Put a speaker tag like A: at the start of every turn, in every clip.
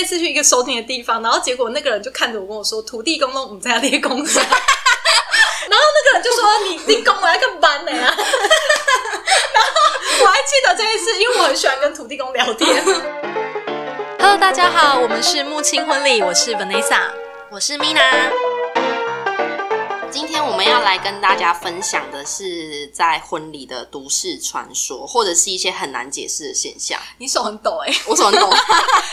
A: 一次去一个收听的地方，然后结果那个人就看着我跟我说：“土地公公，我们在列公 司。”然后那个人就说：“你立公我要干班呢、 啊。”然后我还记得这一次，因为我很喜欢跟土地公聊天。
B: Hello，大家好，我们是木青婚礼，我是 Vanessa。
C: 我是 Mina。今天我们要来跟大家分享的是在婚礼的都市传说，或者是一些很难解释的现象。
A: 你手很抖哎、
C: 我怎么 懂？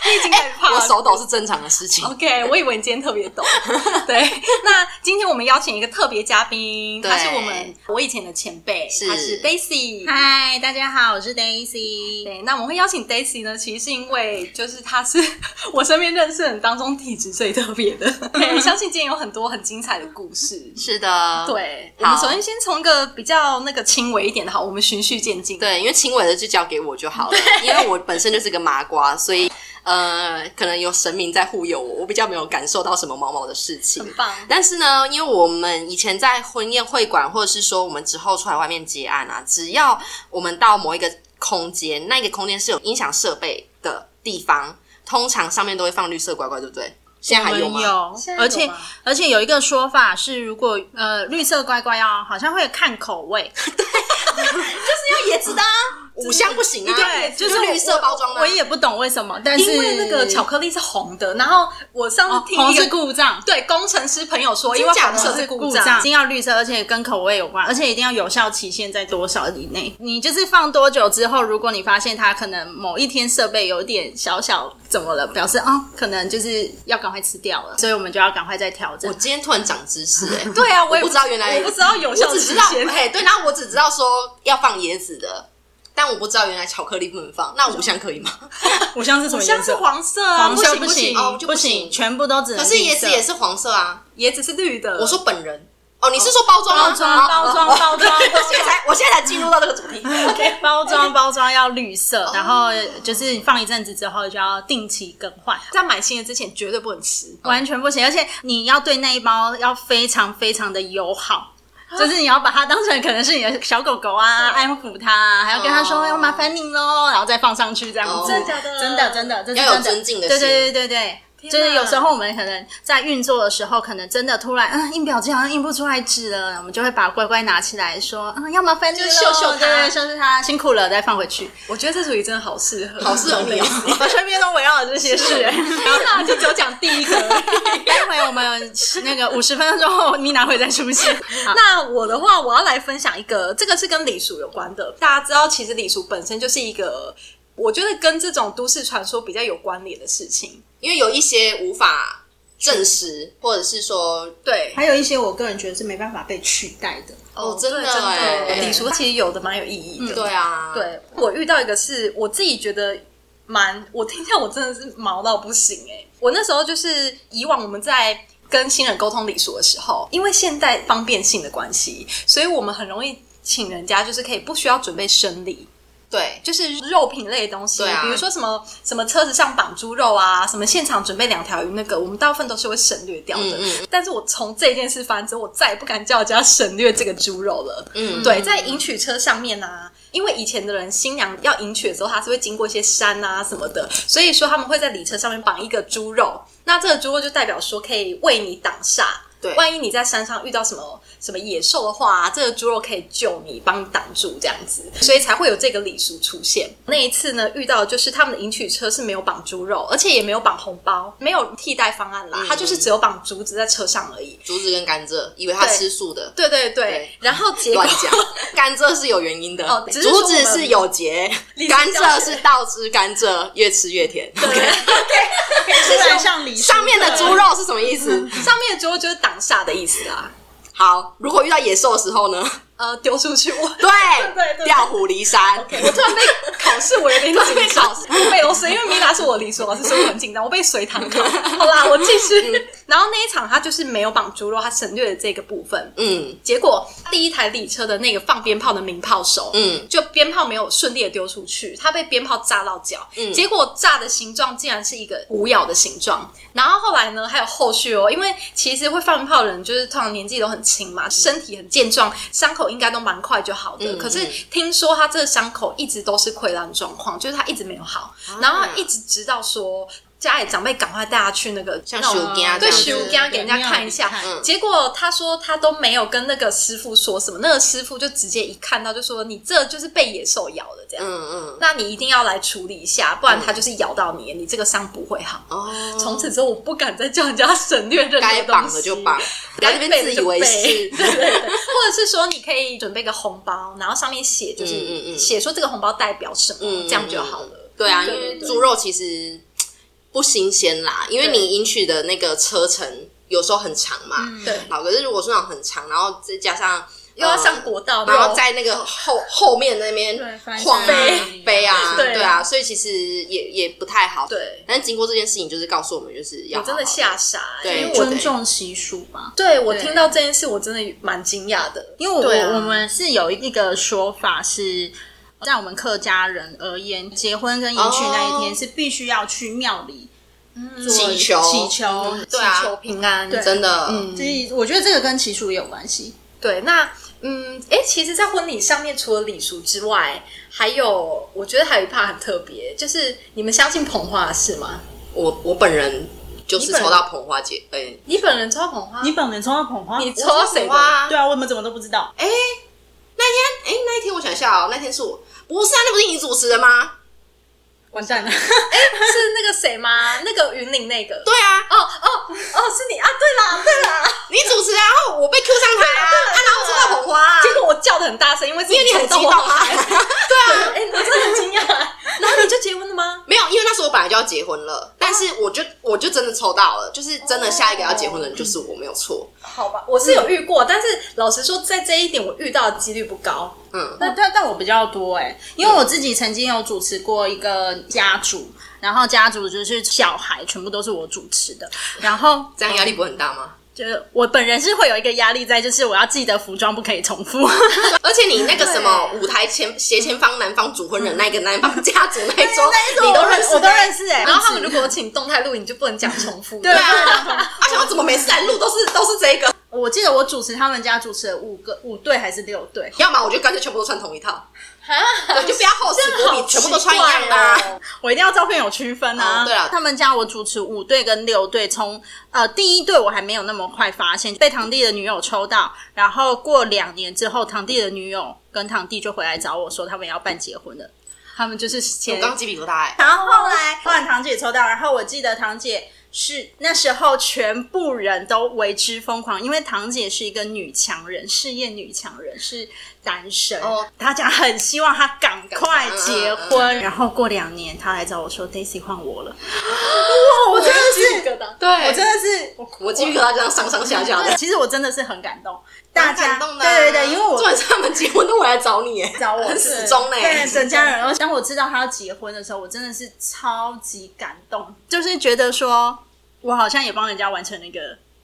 A: 你已经害怕了。
C: 我手抖是正常的事情。
A: OK，我以为你今天特别懂。 对，那今天我们邀请一个特别嘉宾，
C: 对
A: 他是我们我以前的前辈，
C: 是
A: 他是 Daisy。
D: 嗨，大家好，我是 Daisy。
A: 对，那我们会邀请 Daisy 呢，其实是因为就是她是 我身边认识的人当中体质最特别 的，对，相信今天有很多很精彩的故事。
C: 是的，
A: 对，我
C: 好
A: 们首先先从一个比较那个轻微一点的，好，我们循序渐进。，
C: 对，因为轻微的就交给我就好了，因为我本身就是个麻瓜，所以呃，可能有神明在护佑我，我比较没有感受到什么毛毛的事情
A: 很。棒。
C: 但是呢，因为我们以前在婚宴会馆，或者是说我们之后出来外面接案啊，只要我们到某一个空间，那个空间是有音响设备的地方，通常上面都会放绿色乖乖，对不对？现在还有
D: 我
C: 吗？
D: 们有
A: 现在有吗
D: 而且而且有一个说法是，如果呃绿色乖乖要好像会看口味，
C: 就是要椰子的、啊，五香不行啊，
D: 就是
C: 绿色
D: 我
C: 包装的、
D: 我也不懂为什么，但是
A: 因为那个巧克力是红的，然后我上
D: 哦
A: 次听
D: 红
A: 一个、
D: 是故障，
A: 对工程师朋友说，因
C: 真
A: 为
C: 假
A: 红
C: 的
A: 色是
D: 故
A: 故
D: 障
A: 障。
D: 一，定要绿色，而且跟口味有关，而且一定要有效期限在多少以内。你就是放多久之后，如果你发现它可能某一天设备有点小小怎么了，表示哦，可能就是要赶快吃掉了，所以我们就要赶快再调整
C: 我。今天突然长知识哎、欸
A: 对啊，
C: 我
A: 也
C: 不知道原来
A: 我不知道有效
C: 我只知
A: 期
C: 道
A: 限。
C: 哎、对，然后我只知道说要放椰子的，但我不知道原来巧克力不能放，那五香可以吗？
D: 五香是什
A: 好
D: 么颜
A: 像是
D: 色？
A: 黄色啊，
D: 黄色
A: 不
D: 行
A: 行
C: 哦就不
D: 不
C: 行
D: 全部都只能
C: 可
D: 绿
C: 是
D: 色。
C: 椰子也是黄色啊。
A: 椰子是绿的。
C: 我说本人哦，你是说包装吗
D: 包装包装包装
C: 我现在才我现在才进入到这个主题。
D: 包装包装要绿色，然后就是放一阵子之后就要定期更换。
A: 在买新的之前绝对不能吃。
D: 完全不行，而且你要对那一包要非常非常的友好。就是你要把它当成可能是你的小狗狗啊，安抚它啊，还要跟它说
C: 哦
D: 要麻烦你喽，然后再放上去这样
C: 哦
D: 子，
C: 真的
A: 假的
D: 真的真的，这 是
C: 要有
D: 真的
C: 尊敬的
D: 对
C: 心
D: 对对对对，
A: 天
D: 就是有
A: 哪
D: 时候我们可能在运作的时候，可能真的突然嗯印表机好像印不出来纸了，我们就会把乖乖拿起来说嗯要麻烦你
A: 就
D: 喽，
A: 秀秀它
D: 对对秀秀它，辛苦了，再放 回去。
A: 我觉得这主题真的好适合，
C: 好适合你哦
D: 我身边都围绕着这些事，哎
A: 天哪，就只有讲第一个而已。
D: 待会我们那个五十分钟后，妮娜会再出现。好
A: 那我的话，我要来分享一个，这个是跟礼俗有关的。大家知道，其实礼俗本身就是一个，我觉得跟这种都市传说比较有关联的事情。
C: 因为有一些无法证实，或者是说
A: 对，
D: 还有一些我个人觉得是没办法被取代的。
C: 哦真的
A: 对
C: 哎
A: 礼俗其实有的蛮有意义的。
C: 对啊，，
A: 对我遇到一个是我自己觉得蛮，我听到我真的是毛到不行哎、我那时候就是以往我们在跟新人沟通礼数的时候，因为现代方便性的关系，所以我们很容易请人家就是可以不需要准备生理，
C: 对
A: 就是肉品类的东西，
C: 对啊
A: 比如说什么什么车子上绑猪肉啊，什么现场准备两条鱼，那个我们大部分都是会省略掉的。
C: 嗯嗯
A: 但是我从这件事发生之后，我再也不敢叫人家省略这个猪肉了。
C: 嗯
A: 对，在迎娶车上面啊，因为以前的人新娘要迎娶的时候，她是会经过一些山啊什么的，所以说他们会在礼车上面绑一个猪肉。那这个猪肉就代表说可以为你挡煞。
C: 对
A: 万一你在山上遇到什么什么野兽的话、啊这个猪肉可以救你，帮你挡住这样子，所以才会有这个礼俗出现。那一次呢，遇到就是他们的迎娶车是没有绑猪肉，而且也没有绑红包，没有替代方案啦，
D: 嗯
A: 它就是只有绑竹子在车上而已。
C: 竹子跟甘蔗，以为他
A: 对
C: 吃素的，
A: 对对对，
C: 对
A: 然后结果
C: 乱讲， 甘蔗是有原因的，
A: 哦只是说
C: 竹子是有节，甘蔗是倒吃甘蔗，越吃越甜。OK，
D: 突然像李
C: 上面的猪肉是什么意思？
A: 上面的猪肉就是挡煞的意思啊，
C: 好，如果遇到野兽的时候呢？
A: 呃，丢出去我。
C: 对
A: 对对
C: 调虎离山。
A: 我突然被考试，我有点紧
C: 被考
A: 张
C: 试，
A: 被我水，因为米达是我理所老师，所以我很紧张，我被水堂考。好啦，我继续。然后那一场他就是没有绑猪肉，他省略了这个部分。
C: 嗯
A: 结果第一台礼车的那个放鞭炮的鸣炮手，
C: 嗯，
A: 就鞭炮没有顺利的丢出去，它被鞭炮炸到脚，
C: 嗯
A: 结果炸的形状竟然是一个虎咬的形状。然后后来呢，还有后续哦，因为其实会放鞭炮的人就是通常年纪都很轻嘛，身体很健壮，伤口应该都蛮快就好的。
C: 嗯
A: 可是
C: 嗯
A: 听说
C: 啊
A: 他这个伤口一直都是溃烂状况，就是他一直没有好，然后一直直到说。家里长辈赶快带他去那个
C: 像
A: 那种
C: 熊家
A: 对
C: 啊这样子
A: 熊家给人家看一下。
C: 嗯
A: 结果他说他都没有跟那个师傅说什么，那个师傅就直接一看到就说你这就是被野兽咬了这样，
C: 嗯嗯，
A: 那你一定要来处理一下，不然他就是咬到你，你这个伤不会好。
C: 哦，
A: 从此之后，我不敢再叫人家省略任何东西，
C: 该绑的就 绑，不要这边自以为是
A: 对。对对，或者是说你可以准备个红包，然后上面写就
C: 嗯嗯
A: 是
C: 嗯
A: 写说这个红包代表什么，这样就好了。
C: 对啊，因
A: 对
C: 为
A: 对
C: 猪肉其实不新鲜啦，因为
A: 对嗯
C: 你迎娶的那个车程有时候很长嘛。
A: 对，
C: 好，可是如果说那种很长，然后再加上呃
A: 又要上国道，
C: 然后
A: 又
C: 在那个后 后面那边
D: 对翻山
C: 晃啊
D: 飞
C: 飞 啊，
A: 对
C: 对啊，所以其实也也不太好。
A: 对
C: 但是经过这件事情，就是告诉我们，就是要
A: 我真的
C: 好好
A: 吓傻、
C: 对
A: 因为我
D: 尊重习俗吧。
A: 对我
D: 对
A: 听到这件事，我真的蛮惊讶的。
D: 因为我、
A: 对啊
D: 我们是有一个说法是，在我们客家人而言，结婚跟迎娶那一天
C: 哦
D: 是必须要去庙里做
C: 祈求
D: 祈求，
C: 嗯对啊
A: 祈求平安，
D: 对
C: 真的，
A: 嗯
D: 所以我觉得这个跟习俗也有关系。
A: 对，那嗯，哎、其实，在婚礼上面，除了礼俗之外，还有我觉得还有一 part 很特别，就是你们相信捧花的事吗？
C: 我我本人就是
A: 你本人
C: 抽到捧花节，哎，
A: 你本人抽到捧花，
D: 你本人抽到捧花，
A: 啊你抽
C: 我
A: 到
C: 抽
A: 谁
C: 捧
A: 的
C: 花？啊？
D: 对啊，我们怎么都不知道。
C: 哎，那天哎那一天我想一下哦，那天是我不是啊，那不是你主持的吗？
D: 完蛋了，
A: 是那个谁吗？那个云岭那个？
C: 对啊，
A: 哦哦哦，是你啊！对啦对啦，
C: 你主持啊，然后我被 Q 上台啊， 啊，然后我抽到捧花啊，
A: 结果我叫的很大声，因为因
C: 因为你很激动啊，
A: 对啊，哎、我真的很惊讶。然后你就结婚了吗？
C: 没有，因为那时候我本来就要结婚了，但是我就我就真的抽到了，就是真的下一个要结婚的人就是我，没有错。
A: 好吧，我是有遇过，但是老实说，在这一点我遇到的几率不高。
C: 嗯，
D: 那但但我比较多哎、因为我自己曾经有主持过一个家族，然后家族就是小孩全部都是我主持的，然后
C: 这样压力不会很大 吗？
D: 就是我本人是会有一个压力在，就是我要记得服装不可以重复。
C: 而且 你那个什么舞台前斜前方男方主婚人那个男方家族嗯啊那一周，你都认识，欸
D: 我都认。识哎、
A: 然后他们如果请动态录影，就不能讲重复。
D: 对
C: 对啊，
D: 啊，
C: 啊，想我怎么每次来录都是都是这个？
D: 我记得我主持他们家主持了五个五对还是六对，
C: 要么我就干脆全部都穿同一套，
A: 啊
C: 对，就不要厚此薄
A: 好
C: 彼，全部都穿一样的啊
A: 奇。怪哦
D: 我一定要照片有区分啊。
C: 哦对啊
D: 他们家我主持五对跟六对，从呃第一对我还没有那么快发现，被堂弟的女友抽到，然后过两年之后，堂弟的女友跟堂弟就回来找我说他们要办结婚了，他们就是
A: 哦
C: 我
D: 前
C: 刚鸡皮疙瘩哎，
D: 然后后来换堂姐抽到，然后我记得堂姐是那时候全部人都为之疯狂，因为堂姐是一个女强人，事业女强人，是单身。
C: 哦，嗯
D: 她讲很希望她赶快结
C: 赶
D: 婚，然后过两年她来找我说：“Daisy 换 我了。”哇，我真的
A: 鸡皮
D: 是，
A: 疙瘩
C: 对，
D: 我
C: 我
D: 真的是，
C: 我鸡皮疙瘩这样上上下下的，
D: 其实我真的是很感动，大
C: 蛮
D: 家
C: 感动的啊。
D: 对对对，因为我
C: 重点是他们结婚都回来找你哎。
D: 找我
C: 很始终欸
D: 对整家人。然后当我知道他要结婚的时候，我真的是超级感动，就是觉得说我好像也帮人家完成了一个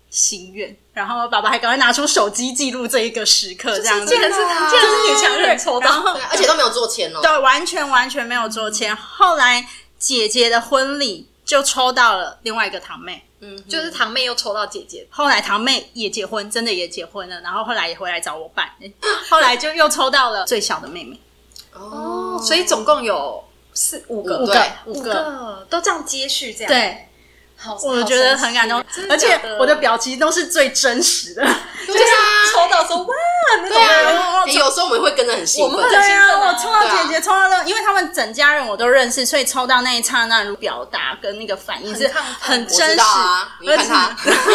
D: 心愿。然后爸爸还赶快拿出手机记录这一个时刻，这样子
A: 竟然是
C: 真的啊
A: 竟然是女强人抽
D: 然
A: 到，
D: 后
C: 对啊而且都没有做签哦。
D: 对，完全完全没有桌签。后来姐姐的婚礼就抽到了另外一个堂妹。
C: 嗯哼，
A: 就是堂妹又抽到姐姐，
D: 后来堂妹也结婚，真的也结婚了，然后后来也回来找我办，后来就又抽到了最小的妹妹，
C: 哦
A: 所以总共有四五个，
C: 五
D: 五
C: 对
D: 个
A: 五
D: 五个，
A: 个都这样接续这样，，
D: 对，
A: 好，
D: 我觉得很感动
A: 好神奇，
D: 而且我啊的
A: 真假
D: 表情都是最真实的。
C: 对啊，
A: 抽到说哇，那
C: 对
A: 种
C: 啊，
D: 我
C: 欸有时候我们会跟着很兴
A: 我
C: 奋
A: 们，很
D: 对
A: 兴奋
D: 啊，
A: 啊
D: 我抽到姐
C: 对
D: 姐，抽到那，因为他们整家人我都认识，所以抽到那一刹那，如表达跟那个反应是
A: 很亢奋
D: 很
A: 我
C: 我
D: 真
C: 知
D: 实
C: 道。啊，你看他，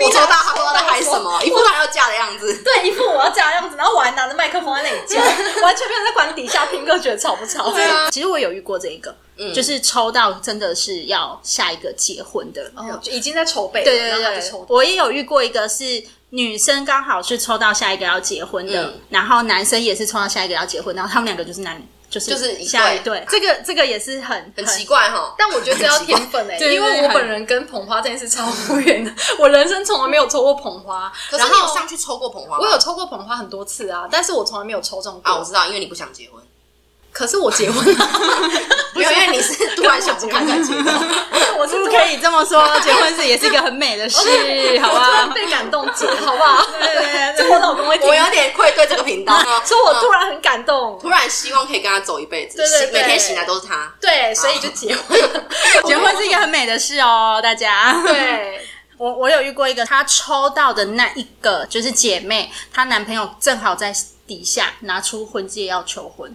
C: 我抽到他不知道在嗨什么，一副他要嫁的样子。
A: 对一副我要这样的样子，然后我还拿着麦克风在那里 叫，完全没有在管底下听歌觉得吵不吵，
C: 对啊，嗯
D: 其实我有遇过这一个，就是抽到真的是要下一个结婚的
A: 哦就已经在筹备了，
D: 对对
A: 然后他
D: 对
A: 就
D: 对
A: 抽，到，
D: 我也有遇过一个是女生刚好是抽到下一个要结婚的，
C: 嗯
D: 然后男生也是抽到下一个要结婚，然后他们两个就是男女，就是
C: 就是一
D: 下一
C: 对
D: 对，这个这个也是很
C: 很奇。怪哈，
A: 但我觉得这要天分哎、
D: 对对
A: 因为我本人跟捧花这件事超无缘的， 我人生从来没有抽过捧花，
C: 可
A: 然
C: 是你有
A: 后
C: 上去抽过捧花吗？
A: 我有抽过捧花很多次啊，但是我从来没有抽中过。
C: 啊，
D: 哦
C: 我知道，因为你不想结婚，
A: 可是我结婚了，
C: 没有，因为你是突然想不开才结婚。
A: 我是
D: 不可以这么说， 结婚是也是一个很美 的事， 好不
A: 我突然
D: 好？
A: 被感动姐，好不好？
D: 对对
A: 这我老公会听
C: 我，有点愧对这个频道，
A: 说我突然很感动。
C: 突然希望可以跟他走一辈子，
A: 对对对
C: 每天醒来都是他。
A: 对，所以就结婚。
D: 结婚是一个很美的事哦，大家。
A: 对，
D: 我我有遇过一个，她抽到的那一个就是姐妹，她男朋友正好在底下拿出婚戒要求婚，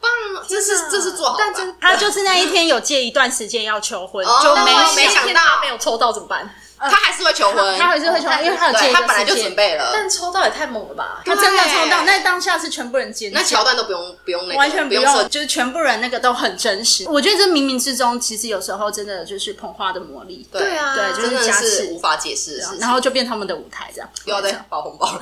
C: 棒，这是这是做好吧，
A: 但真
D: 她就是那一天有戒一段时间要求婚，
C: 哦
D: 就
C: 但
D: 没
C: 我
D: 有
C: 没想
A: 那他没有抽到怎么办？
C: 他还是会求婚，
D: 她还是会求婚，因为她有戒
C: 哦对
D: 一
C: 他
D: 段
C: 本来就
D: 时
C: 准
D: 间，
C: 备了，
A: 但抽到也太猛了吧！
D: 她真的抽到，
C: 对
D: 那当下是全部人尖
C: 那
D: 叫。
C: 桥段都不用不用那个，
D: 完全
C: 不
D: 不
C: 用设
D: 用，就是全部人那个都很真实。我觉得这冥冥之中，其实有时候真的就是捧花的魔力，
C: 对
A: 啊
D: 对，就
C: 真的
D: 加
C: 是
D: 持啊
C: 无，法解释的事情。
D: 然后就变他们的舞台这样。
C: 又要再包红包了，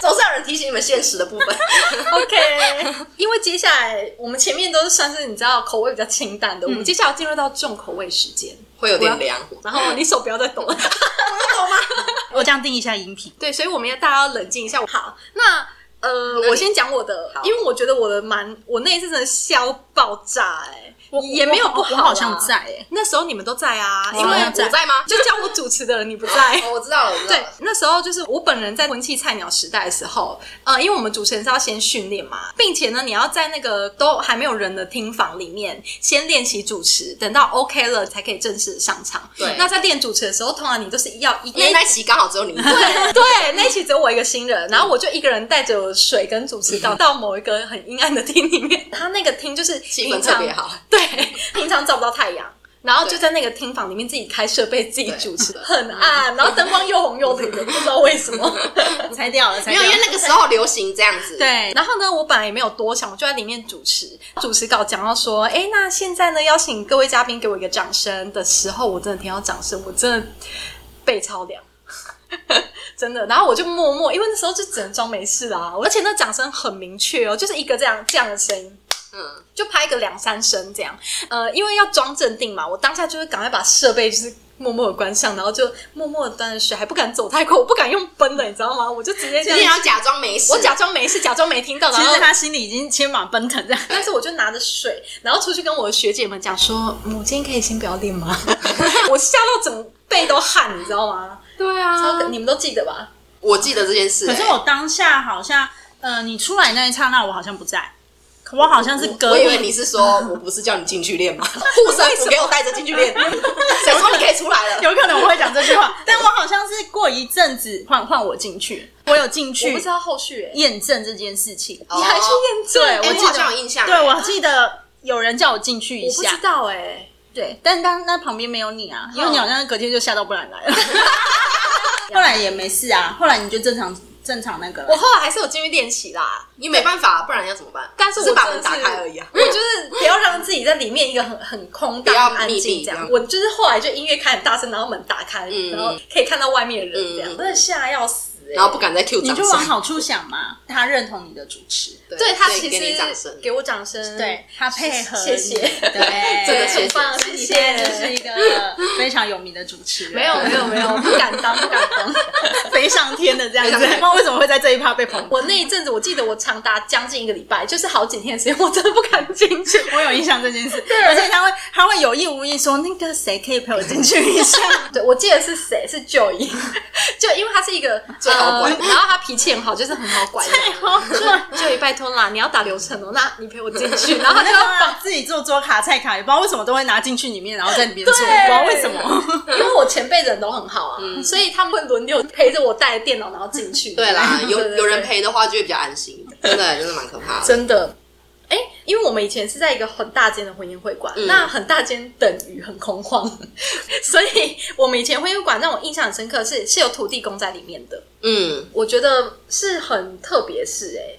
C: 总是有人提醒你们现实的部 分。
A: OK，因为接下来我们前面都是算是你知道口味比较清淡的，我们接下来要进入到重口味时间。
C: 会有点凉。
A: 然后你手不要再 抖了。
D: 我这样定一下音频，
A: 对，所以我们要大家要冷静一下。好，那呃，
C: 那你
A: 我先讲我的
C: 好，
A: 因为我觉得我的蛮，我那一次真的笑爆炸哎、
D: 我
A: 也没有不
D: 我
A: 啦
D: 好像在
C: 欸
D: 哎，
A: 那时候你们都在啊，因
C: 因为
A: 为
C: 我在吗？
A: 就哎叫我主持的人你不 在。
C: 哦，我知道了，我知道
A: 对
C: 了。，
A: 那时候就是我本人在婚气菜鸟时代的时候，呃，因为我们主持人是要先训练嘛，并且呢，你要在那个都还没有人的厅房里面先练习主持，等到 OK 了才可以正式上场。
C: 对
A: 那在练主持的时候，通常你都是要一
C: 因为那期刚好只有你们，
A: 对对，那一期只有我一个新人，然后我就一个人带着水跟主持到到某一个很阴暗的厅里面，他那个厅就是
C: 气
A: 平
C: 氛特
A: 常
C: 别好。
A: 对， 平常照不到太阳。然后就
C: 对
A: 在那个厅房里面自己开设备，自己主持，
C: 对
A: 很暗，然后灯光又红又绿的，不知道为什 么。
D: 猜掉了，猜
C: 没
D: 掉
C: 有，因为
D: 了。
C: 那个时候流行这样子。，
D: 对，
A: 然后呢，我本来也没有多想，我就在里面主持。主持稿讲到说，哎，那现在呢，邀请各位嘉宾给我一个掌声的时候，我真的听到掌声，我真的背超凉， 真的。然后我就默默，因为那时候就只能装没事啦，而且那掌声很明确哦，就是一个这样这样的声音。
C: 嗯，
A: 就拍个两三声这样，呃，因为要装镇定嘛，我当下就会赶快把设备就是默默的关上，然后就默默的端着水，还不敢走太快，我不敢用奔的，你知道吗？我就直接这
C: 你也
A: 样，
C: 要假装没事。
A: 我假装没事，假装没听到，然
D: 其
A: 后
D: 实他心里已经千马奔腾这样。
A: 但是我就拿着水，然后出去跟我的学姐们讲说，嗯我今天可以先不要练 吗？我吓到整背都汗，你知道吗？
C: 对啊
A: 超你们都记得吧？
C: 我记得这件事。欸
D: 可是我当下好像，呃，你出来那一刹那，我好像不在，可我好像是
C: 我
D: 隔
C: 以
D: 壁
C: 为你是说，我不是叫你进去练吗？ 护身符给我带着进去练， 谁说你可以出来了？
D: 有可能我会讲这句话， 但我好像是过一阵子换换我进去，我有进
A: 我不
D: 去
A: 知道后续、欸，
D: 验证这件事情。
C: 哦
A: 你还去验证？
D: 对
A: 我
C: 哎
D: 我
C: 我
D: 记
C: 好
D: 得
C: 像有印象。
D: 对，我记得有人叫我进去
A: 啊
D: 一
A: 我不
D: 下
A: 知，道嗯哎、
C: 欸
D: 对，但当那旁边没有你啊，因为你好像隔天就吓到不然来 了， 后来也没事啊，后来你就正常正常那个了
A: 我后来还是有进去练习啦。
C: 你没办法，啊不然要怎么办？
A: 但是我
C: 只是把
A: 真
C: 门
A: 的
C: 打
A: 是
C: 开而已啊。
A: 我就是不要让自己在里面一个很很空
C: 不要
A: 荡、安
C: 密
A: 静
C: 闭
A: 这
C: 这
A: 样
C: 样。
A: 我就是后来就音乐开很大声，然后门打开，
C: 嗯
A: 然后可以看到外面的人这样，
C: 嗯
A: 真的吓要死、欸。
C: 然后不敢再 Q
D: 你
C: 掌
D: 就往
C: 声。
D: 好处想嘛，他认同你的主持，
A: 对他
C: 所以
A: 其
C: 给你掌
A: 实
C: 声。
A: 给我掌声，
D: 对他配合你，
A: 谢谢
D: 对，
C: 真的谢谢
A: 很棒，谢
D: 你
A: 谢
D: 现。在就是一个非常有名的主持人，
A: 没有没有没有，不敢当不敢当。
D: 飞上天的这样子，
C: 飞
D: 不
C: 上天
D: 知道为什么会在这一趴被捧？
A: 我那一阵子，我记得我长达将近一个礼拜，就是好几天的时间，我 真的不敢进 去。
D: 我有印象这件事，而且他会他会有意无意说那个谁可以陪我进去 一下，
A: 对，我记得是谁是 Joy，就因为他是一个
C: 最好管
A: 呃然后他脾气很好，就是很好管。
D: 然后
A: 就一拜托啦，你要打流程哦，那你陪我进 去，然后
D: 他
A: 他就
D: 就
A: 要
D: 要
A: 绑
D: 把自己做桌卡、菜卡，也不知道为什么都会拿进去里面，然后在里面做，不
A: 对
D: 知道为什么。
A: 因为我前辈人都很好啊，所以他们会轮流陪着我带电脑，然后进去。
C: 嗯对啦，有
A: 对对对
C: 有人陪的话就会比较安心，真的真的蛮可怕的。
A: 真的。哎，因为我们以前是在一个很大间的婚宴会馆，
C: 嗯
A: 那很大间等于很空旷，所以我们以前婚宴会馆让我印象很深刻是是有土地公在里面的，
C: 嗯，
A: 我觉得是很特别是哎、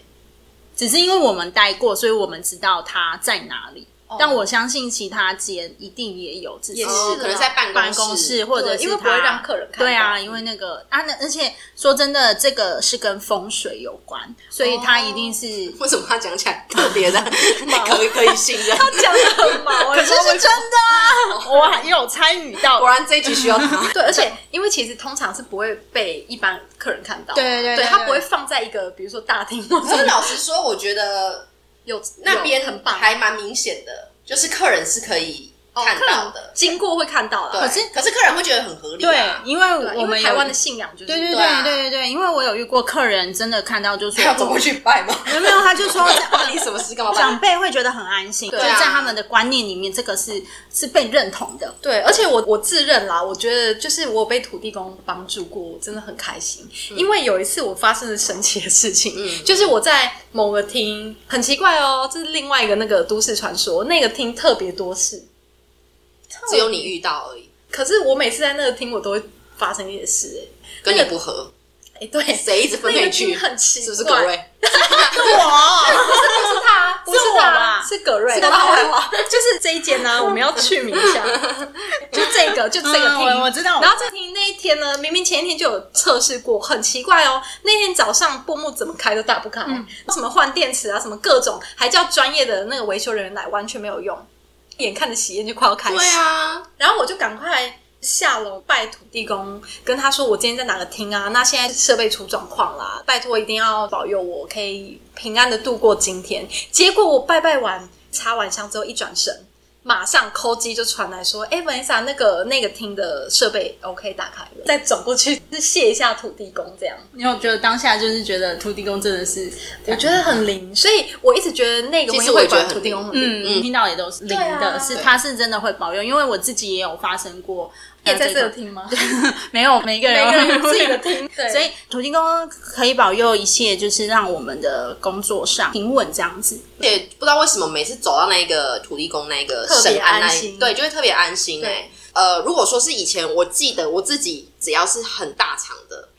D: 只是因为我们待过，所以我们知道他在哪里。
A: 哦
D: 但我相信其他间一定也有，只
A: 也
D: 是
A: 是
C: 哦，可能在办
D: 办
C: 公
D: 公
C: 室，
D: 室或者
A: 对
D: 是
A: 因为不
D: 他
A: 会让客人看到
D: 对啊，因为那个啊，那而且说真的，这个是跟风水有关，所以他一定是。
A: 嗯
C: 为什么他讲起来特别的可以可以信任？
A: 讲的很毛、欸，
D: 可是是真 的啊，我还有参与 到
C: 果，然这一集需要他。
A: 对，而且因为其实通常是不会被一般客人看到，
D: 对对对
A: 对，
D: 对
A: 他不会放在一个比如说大厅或
C: 可是
A: 者
C: 老实说，我觉得
A: 有
C: 那边
A: 有很棒，
C: 还蛮明显的，就是客人是可以看到的。
A: 经过会看到
C: 对，
A: 啦。
C: 可
D: 可是
C: 哦是客人会觉得很合理、
D: 对
C: 啊，，
D: 因为
A: 对，
D: 我
A: 因
D: 们
A: 为
D: 有
A: 台湾的信仰就是
D: 对对
C: 对啊
D: 对对对对，因为我有遇过客人真的看到就说哦
C: 他要走过去拜吗？
D: 没有没有，他 就说
C: 关你什么事？干嘛
D: 长
C: 拜？
D: 辈会觉得很安心，就
A: 对
D: 是
A: 啊
D: 在他们的观念里面，这个是是被认同的。
A: 对，而且我我自认啦，我觉得就是我有被土地公帮助过，我真的很开心。
D: 嗯
A: 因为有一次我发生了神奇的事情，
C: 嗯
A: 就是我在某个厅，很奇怪哦，这是另外一个那个都市传说，那个厅特别多事，
C: 只有你遇到而已，
A: 可是我每次在那个厅，我都会发生一些事、欸
C: 跟你不合，
A: 哎、哎，对，
C: 谁一直分
A: 那
C: 配
A: 个
C: 去？
A: 厅很奇怪，
C: 是不是葛瑞？
A: 不是他，不是
D: 是我
A: 他，
D: 吧
A: 是葛瑞，
D: 是葛瑞
A: 吗？ 就是这一间呢、我们要去名一下，就这个，就这个
D: 嗯
A: 厅、
D: 我我知道
A: 然后这厅那一天呢，明明前一天就有测试过，很奇怪哦。那天早上布幕怎么开都打不开，哦
C: 嗯
A: 什么换电池啊，什么各种，还叫专业的那个维修人员来，完全没有用。眼看着喜宴就快要开始，
C: 对啊，
A: 然后我就赶快下楼拜土地公，跟他说我今天在哪个厅啊？那现在设备出状况啦，拜托一定要保佑我可以平安的度过今天。结果我拜拜完插完香之后一转身。马上扣机就传来说：“哎、文 v a n s a 那个那个厅的设备 OK 打开了，再走过去就谢一下土地公这样。”
D: 因为我觉得当下就是觉得土地公真的是，
A: 我觉得很灵，所以我一直觉得那个
C: 其
A: 婚
C: 实
A: 姻
C: 我也觉得
A: 会馆
C: 很
A: 土地公很灵，
D: 嗯，听到也都是灵
A: 对
D: 的，
A: 啊
D: 是
C: 对
D: 他是真的会保佑，因为我自己也有发生过。
A: 也在这个
D: 听，
A: 厅吗？
D: 没有每一个
A: 每
D: 人
A: 个人有自己的 厅，
D: 所以土地公可以保佑一切，就是让我们的工作上平稳这样 子。
C: 而且不知道为什么每次走到那个土地公那个
A: 特别
C: 神安那
A: 安
C: 里，
A: 心
C: 对，就会特别安心哎、
A: 对
C: 呃，如果说是以前，我记得我自己只要是很大场的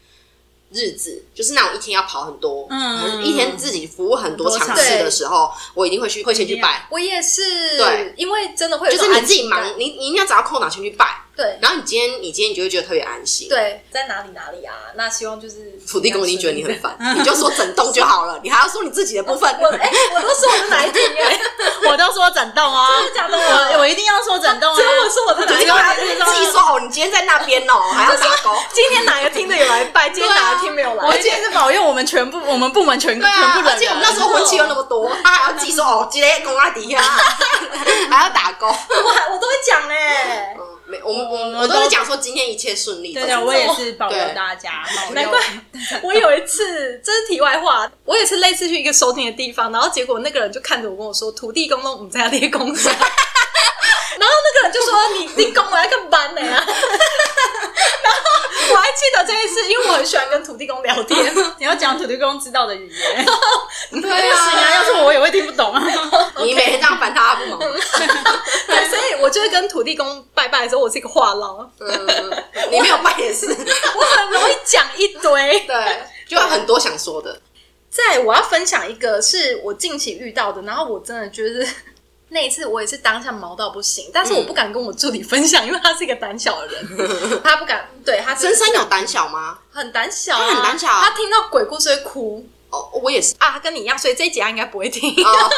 C: 日子，就是那种一天要跑很多，
D: 嗯
C: 一天自己服务很多场次的时候，我一定会去会先去拜。
A: 我也是，
C: 对，
A: 因为真的会有一
C: 就
A: 种
C: 是你
A: 安
C: 自己
A: 心感
C: 忙，你你一定要找到空档先去拜，
A: 对
C: 然后你今天你今天你就会觉得特别安心。，
A: 对，在哪里哪里啊？那希望就是
C: 土地公一定觉得你很烦，你就说整栋就好了，你还要说你自己的部分。
A: 我哎、我都说我是哪一题 哎、
D: 我都说整栋哦，真的
A: 假的
D: 我我一定要说 整栋啊
A: 真！的嗯说我是哪
C: 你
A: 一
C: 就还
A: 题？
C: 自己说哦，你今天在那边哦，还要打勾。
A: 今天哪个厅的有来拜？今天哪个厅没有来？
D: 我今天是保佑我们全部，我们部门全
C: 对
D: 全部
C: 啊，
D: 人啊。
C: 而且我们那时候魂器又那么多，他还要记说哦，今天公阿迪啊，还要打勾。
A: 我
C: 啊
A: 还我都会讲哎、
C: 嗯，没，我们我们我都是讲说今天一切顺利。
D: 对对，啊我也是保佑
C: 对
D: 大家，保佑
A: 难怪我有一次，这是题外话，我也是类似去一个收听的地方，然后结果那个人就看着我跟我说：“土地公公，我们在列公 司。”然后那个人就说：“你你跟我要干 班呢、啊？”然后我还记得这一次，因为我很喜欢跟土地公聊天，
D: 你要讲土地公知道的 语言，
C: 对
D: 不行啊，要
C: 啊，
D: 是我也会听不懂啊。
C: 你每天这样烦他不忙。
A: 对，所以我就会跟土地公拜拜的时候，我是一个话痨，
C: 嗯，你没有办也是，
A: 我很容易讲一堆。
C: 对，就有很多想说的。
A: 在我要分享一个是我近期遇到的，然后我真的觉得 那一次我也是当下毛到不行，但是
C: 嗯
A: 我不敢跟我助理分享，因为他是一个胆小的 人，他不敢，对他
C: 深
A: 真
C: 深有胆小吗？
A: 很胆小、啊，
C: 他很胆小
A: 他听到鬼故事会哭
C: 哦，我也 是。
A: 啊，他跟你一样，所以这一集他应该不会听，
C: 哦，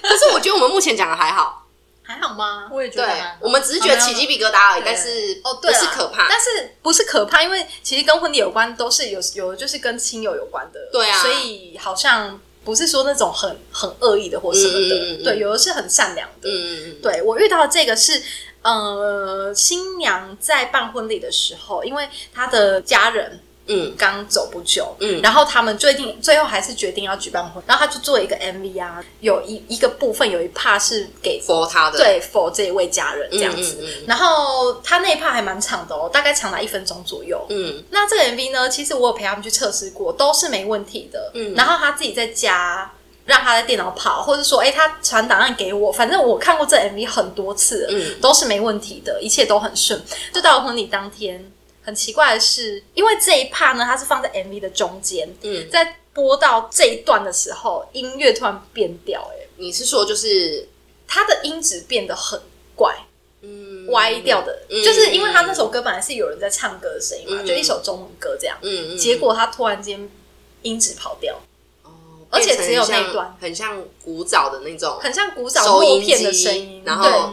C: 可是我觉得我们目前讲的还好，
A: 还好吗？
D: 我也觉
C: 对
D: 得蛮，
C: 我们只是觉得起鸡皮疙瘩而已，但是
A: 哦，对
C: 不
A: 啊，
C: 是可怕，
A: 但是不是可怕，因为其实跟婚礼有关，都是有有的就是跟亲友有关的，
C: 对啊
A: 所以好像不是说那种很很恶意的或什么的，
C: 嗯嗯嗯嗯
A: 对，有的是很善良的，
C: 嗯，
A: 对我遇到的这个是，呃，新娘在办婚礼的时候，因为她的家人
C: 嗯
A: 刚走不久，
C: 嗯
A: 然后他们最近最后还是决定要举办婚，然后她就做一个 MV 啊，有一一个部分有一 part 是给
C: 佛他的，
A: 对 for 这一位家人这样子，
C: 嗯嗯嗯
A: 然后她那一 part 还蛮长的哦，大概长达一分钟左右，
C: 嗯
A: 那这个 MV 呢，其实我有陪他们去测试过，都是没问题的。
C: 嗯
A: 然后他自己在家让他在电脑跑，或者说，哎、他传档案给我，反正我看过这 MV 很多次了，
C: 嗯
A: 都是没问题的，一切都很顺。就到了婚礼当天，很奇怪的是，因为这一 part 呢，它是放在 MV 的中间，
C: 嗯，
A: 在播到这一段的时候，音乐突然变调、哎，
C: 你是说就是
A: 它的音质变得很怪。
C: 嗯
A: 歪掉的，
C: 嗯
A: 就是因为他那首歌本来是有人在唱歌的声音嘛，
C: 嗯
A: 就一首中文歌这样，
C: 嗯，嗯
A: 结果他突然间音质跑掉，
C: 哦
A: 而且只有那一
C: 变成像
A: 段
C: 很像古早的那种
A: 很像鼓掌
C: 收
A: 默
C: 音
A: 片的
C: 机
A: 声音。
C: 然
A: 对
C: 后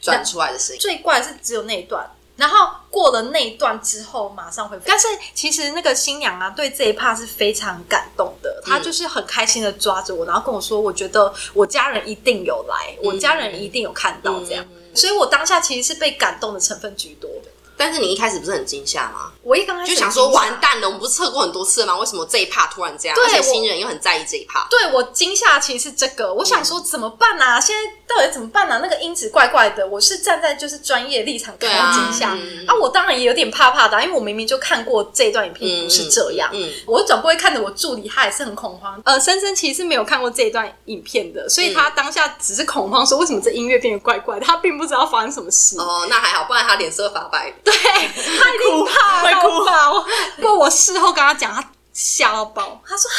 C: 转出来的声音。
A: 最怪的是只有那一段，然后过了那一段之后马上恢复。但是其实那个新娘啊，对这一趴是非常感动的，
C: 嗯
A: 她就是很开心的抓着我，然后跟我说：“我觉得我家人一定有来，我家人一定有看到。”这样。
C: 嗯
A: 所以我当下其实是被感动的成分居多的。
C: 但是你一开始不是很惊吓吗？
A: 我一刚开始
C: 就想说
A: 很惊吓
C: 完，蛋了，我们不是测过很多次了吗？为什么这一趴突然这样？
A: 对
C: 而且
A: 我
C: 新人又很在意这一趴。
A: 对我惊吓其实是这个，我想说怎么办啊？现在到底怎么办啊？那个音质怪怪的，我是站在就是专业立场
C: 对
A: 感
C: 啊
A: 到惊吓
C: 嗯
A: 啊，我当然也有点怕怕的啊、因为我明明就看过这一段影片不是这样，
C: 嗯嗯嗯
A: 我转过去看着我助理，他也是很恐慌。呃，深深其实是没有看过这一段影片的，所以
C: 嗯
A: 他当下只是恐慌说为什么这音乐变得怪怪的，他并不知道发生什么事。
C: 哦，那还好，不然他脸色发白。
A: 他一定怕
D: 会
A: 到
D: 哭
A: 爆。 不过我事后跟他讲，他吓到爆，他说哈，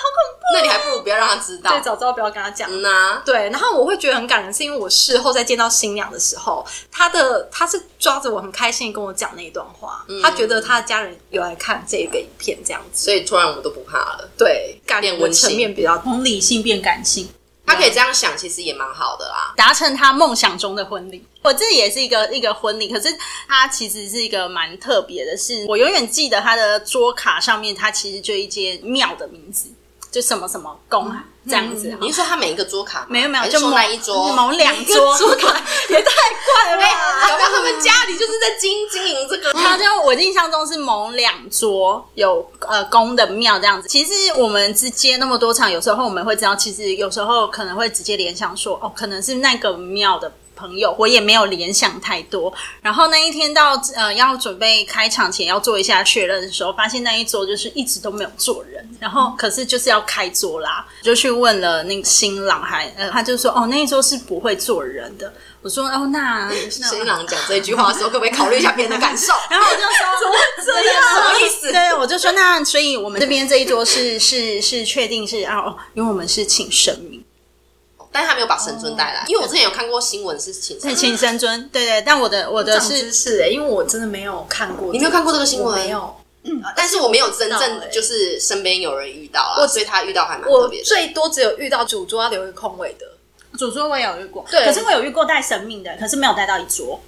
C: 那你还不如不要让他知道
A: 对，。早知道不要跟他讲。
C: 嗯呐，
A: 对，然后我会觉得很感人，是因为我事后再见到新娘的时候，她的她是抓着我很开心地跟我讲那一段话，她觉得她的家人有来看这个影片这样子，
C: 嗯所以突然我们都不怕了。
A: 对，感
C: 变
A: 人
C: 温
A: 的
C: 馨
A: 层面比较
D: 从理性变感性。
C: 他可以这样想，其实也蛮好的啦。
D: 达成他梦想中的婚礼。我自己也是一个一个婚礼，可是它其实是一个蛮特别的是，我永远记得它的桌卡上面，它其实就一间庙的名字，就什么什么宫啊这样子。
A: 嗯
C: 你是说他每一个桌卡吗？
D: 没有没有，
C: 还是
D: 就
C: 说
D: 某
C: 那一桌
D: 某两桌
A: 桌卡 也太怪了
C: 哎
A: 吧。
C: 搞不好他们家里就是在经经营这个。
D: 他就我印象中是某两桌有呃公的庙这样子。其实我们之间那么多场，有时候我们会知道，其实有时候可能会直接联想说，哦，可能是那个庙的。朋友，我也没有联想太多。然后那一天到呃要准备开场前要做一下确认的时候，发现那一桌就是一直都没有坐人。
C: 嗯
D: 然后可是就是要开桌啦，就去问了那个新郎还，呃他就说哦那一桌是不会坐人的。我说哦那那
C: 新郎讲这句话的时候，可不可以考虑一下别人的感 受？
D: 然后我就说怎么这样？
C: 什么意思
D: 对，我就说那所以我们这边这一桌 是是是确定是啊哦，因为我们是请神明，
C: 但是他没有把神尊带来，因为我之前有看过新闻哦是请神
D: 对，，请神尊，对对。但我的我的
A: 长知
D: 是
A: 识哎、因为我真的没有看过这个，
C: 你没有看过这个新闻啊
A: 我没有。
C: 但是我没有真
A: 我
C: 正哎
A: 欸
C: 就是身边有人遇到啊，
A: 我
C: 所以他遇到还蛮特
A: 我
C: 别的。
A: 最多只有遇到主桌要留一个空位的，
D: 主桌我也有遇过，
A: 对
D: 可是我有遇过带神明的，可是没有带到一桌。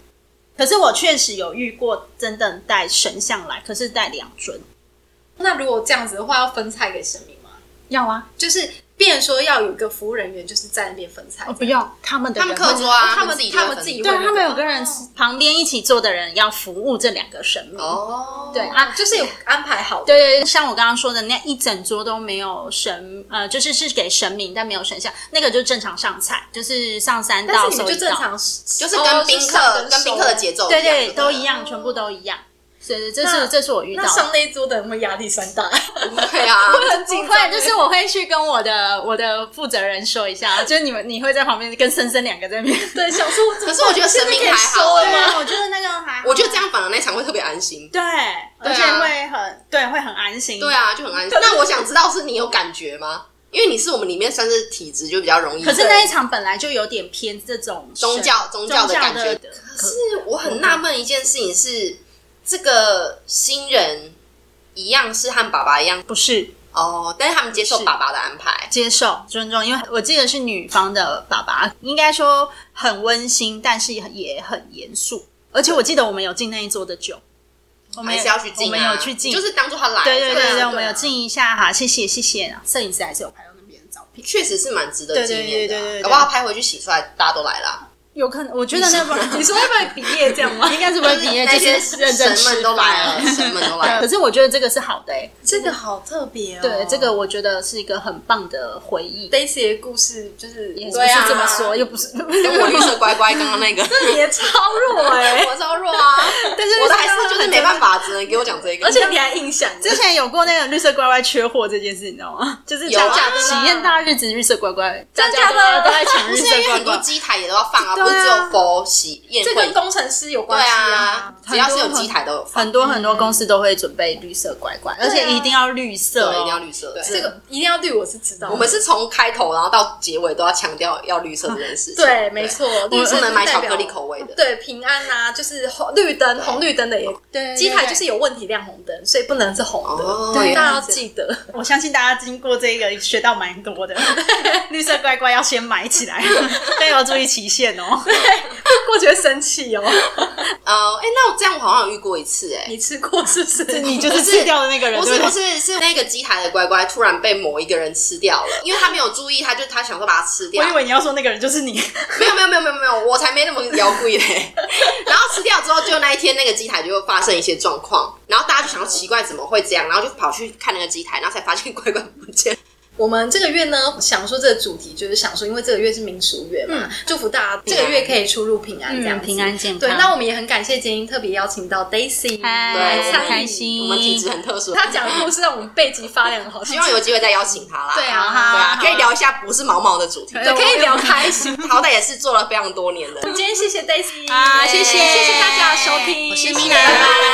D: 可是我确实有遇过真正带神像来，可是带两尊。
A: 那如果这样子的话，要分菜给神明吗？
D: 要啊，
A: 就是，变成说要有一个服务人员，就是在那边分菜。
D: 哦不用他们的
C: 他们
D: 人
C: 课桌啊，
A: 他
C: 们
A: 们
C: 自己
A: 他们
C: 就会分
A: 自己
D: 对他们有个人
A: 哦
D: 旁边一起坐的人要服务这两个神明。
C: 哦，
D: 对啊，
A: 啊，就是有安排好的。
D: 对对对，像我刚刚说的那一整桌都没有神，呃，就是是给神明，但没有神像，那个就正常上菜，就是上三
A: 但
D: 道
A: 是你
D: 手
A: 们
D: 一
A: 就正
D: 道，
A: 常，就
C: 哦就是跟宾客跟宾客的节奏
D: 对
C: 一
D: 对，
C: 样啊
D: 都一。样，全部都一样。所以这
A: 那
D: 是这是我遇到
A: 那
D: 的。
A: 上那一桌的人会压力山 大，
C: 对 啊，
A: 很欸
D: 不会，就是我会去跟我的我的负责人说 一下，就是你们你会在旁边跟森森两个在那边。
A: 对想说我怎么办。
C: 可是我觉得神明
A: 现在可以
C: 还好
A: 收了吗
C: 欸，
D: 我觉得那个还
C: 我觉得这样反而那场会特别安心。
D: 对，而且
C: 对啊
D: 会很对，会很安心。
C: 对啊，就很安心。那我想知道是你有感觉吗？因为你是我们里面算是体质就比较容易。
D: 可是那一场本来就有点偏这种
C: 宗
D: 神
C: 教宗教的感觉
D: 宗教的
C: 可是我很纳闷一件事情是，这个新人一样是和爸爸一样
D: 不是
C: 哦，但是他们接受
D: 是
C: 爸爸的安排。
D: 接受尊重，因为我记得是女方的爸爸，应该说很温馨，但是也很严肃。而且我记得我们有敬那一桌的酒，我们
C: 还
D: 有
C: 是要去敬、啊，
D: 我们有去敬，
C: 就是当做他来，
D: 对对
C: 这
D: 对
C: 样
D: 对，
A: 啊
D: 我们有敬一下哈，谢谢谢谢啊。摄影师还是有拍到那边的照片，
C: 确实是蛮值得纪念的、啊。
D: 对对对对对对
C: 搞不好拍回去洗出来，大家都来啊啦。
D: 有可能我觉得那不
A: 你说会不会毕业这样吗？
D: 应该是不会毕业，
C: 那些
D: 就是认真
C: 神们
D: 吃
C: 都来
D: 饭。啊
C: 了，神们都来
D: 对
C: 了。
D: 可是我觉得这个是好的、欸，
A: 这个好特别哦。
D: 对，这个我觉得是一个很棒的回忆。
A: Daisy 的故事就是
D: 也不
A: 对
D: 是
A: 啊
D: 这么说，又不是，
C: 跟我绿色乖乖刚刚那 个，
A: 你也超弱 哎，
C: 我超弱啊！
D: 但是
C: 我的还是就是没办法，只能给我讲这个。
A: 而且你还印象，
D: 之前有过那个绿色乖乖缺货这件事，你知道吗？就是
C: 有
D: 大
C: 啊
D: 家喜宴大日子，绿色乖乖，大
A: 真的假
D: 家
A: 的
D: 都在都在抢
C: 不
D: 绿
C: 是
D: 色
C: 因为
D: 乖
C: 很多
D: 乖。
C: 机台也都要放啊，
D: 对
C: 不
D: 啊
C: 是只有佛喜宴
A: 这
C: 会
A: 跟。工程师有
C: 对
A: 关系
C: 啊，只要是有机台都有放，
D: 很多很多公司都会准备绿色乖乖，而且一定要绿色
C: 对，啊
D: 哦，
C: 一定要绿色。
A: 这个一定要对我是知道的，
C: 我们是从开头然后到结尾都要强调要绿色这件事情。
A: 对，没错，
C: 我
A: 绿
C: 们
A: 色
C: 不能买巧克力
A: 口。
C: 口味的。
A: 对平安啊，就是红绿灯、红绿灯的也
D: 对
A: 机台就是有问题亮红灯，所以不能是红的。
C: 哦
A: 对，
C: 原
A: 大家
C: 来
A: 要
C: 是
A: 记得。
D: 我相信大家经过这个学到蛮多的，绿色乖乖要先买起来， 但要注意期限哦。
A: 过觉得生气哦，
C: 呃，哎、那我这样我好像有遇过一次、哎。
A: 你吃过是不是？
D: 你就是吃掉的那个人，
C: 不
D: 对
C: 是
D: 不
C: 不
D: 对？
C: 是，是那个机台的乖乖突然被某一个人吃掉了，因为他没有注意，他就他想说把它吃掉
D: 我以。为你要说那个人就是你，
C: 没有没有没有没有没有，我才没那么妖贵嘞。 然后吃掉之后，就那一天那个机台就发生一些状况，然后大家就想说奇怪怎么会这样，然后就跑去看那个机台，然后才发现 乖乖不见。
A: 我们这个月呢，想说这个主题就是想说，因为这个月是民俗月嘛，
D: 嗯
A: 祝福大家这个月可以出入平安，这样子、
D: 健
A: 对，那我们也很感谢今天特别邀请到 Daisy，
D: 嗨
A: 对
C: 很
D: 开心
C: 我们体质很特殊，
A: 她讲的故事让我们背脊发凉，好
C: 希
A: 像
C: 望有机会再邀请他啦。
A: 对啊，
C: 对
A: 哈
C: 啊，可以聊一下不是毛毛的主题，
A: 对，可以聊开心。
C: 好歹也是做了非常多年的。
A: 今天谢谢 Daisy，
D: 啊谢谢
A: 谢谢大家的收听，
D: 我是
A: 谢谢
D: Mina
A: 拜拜。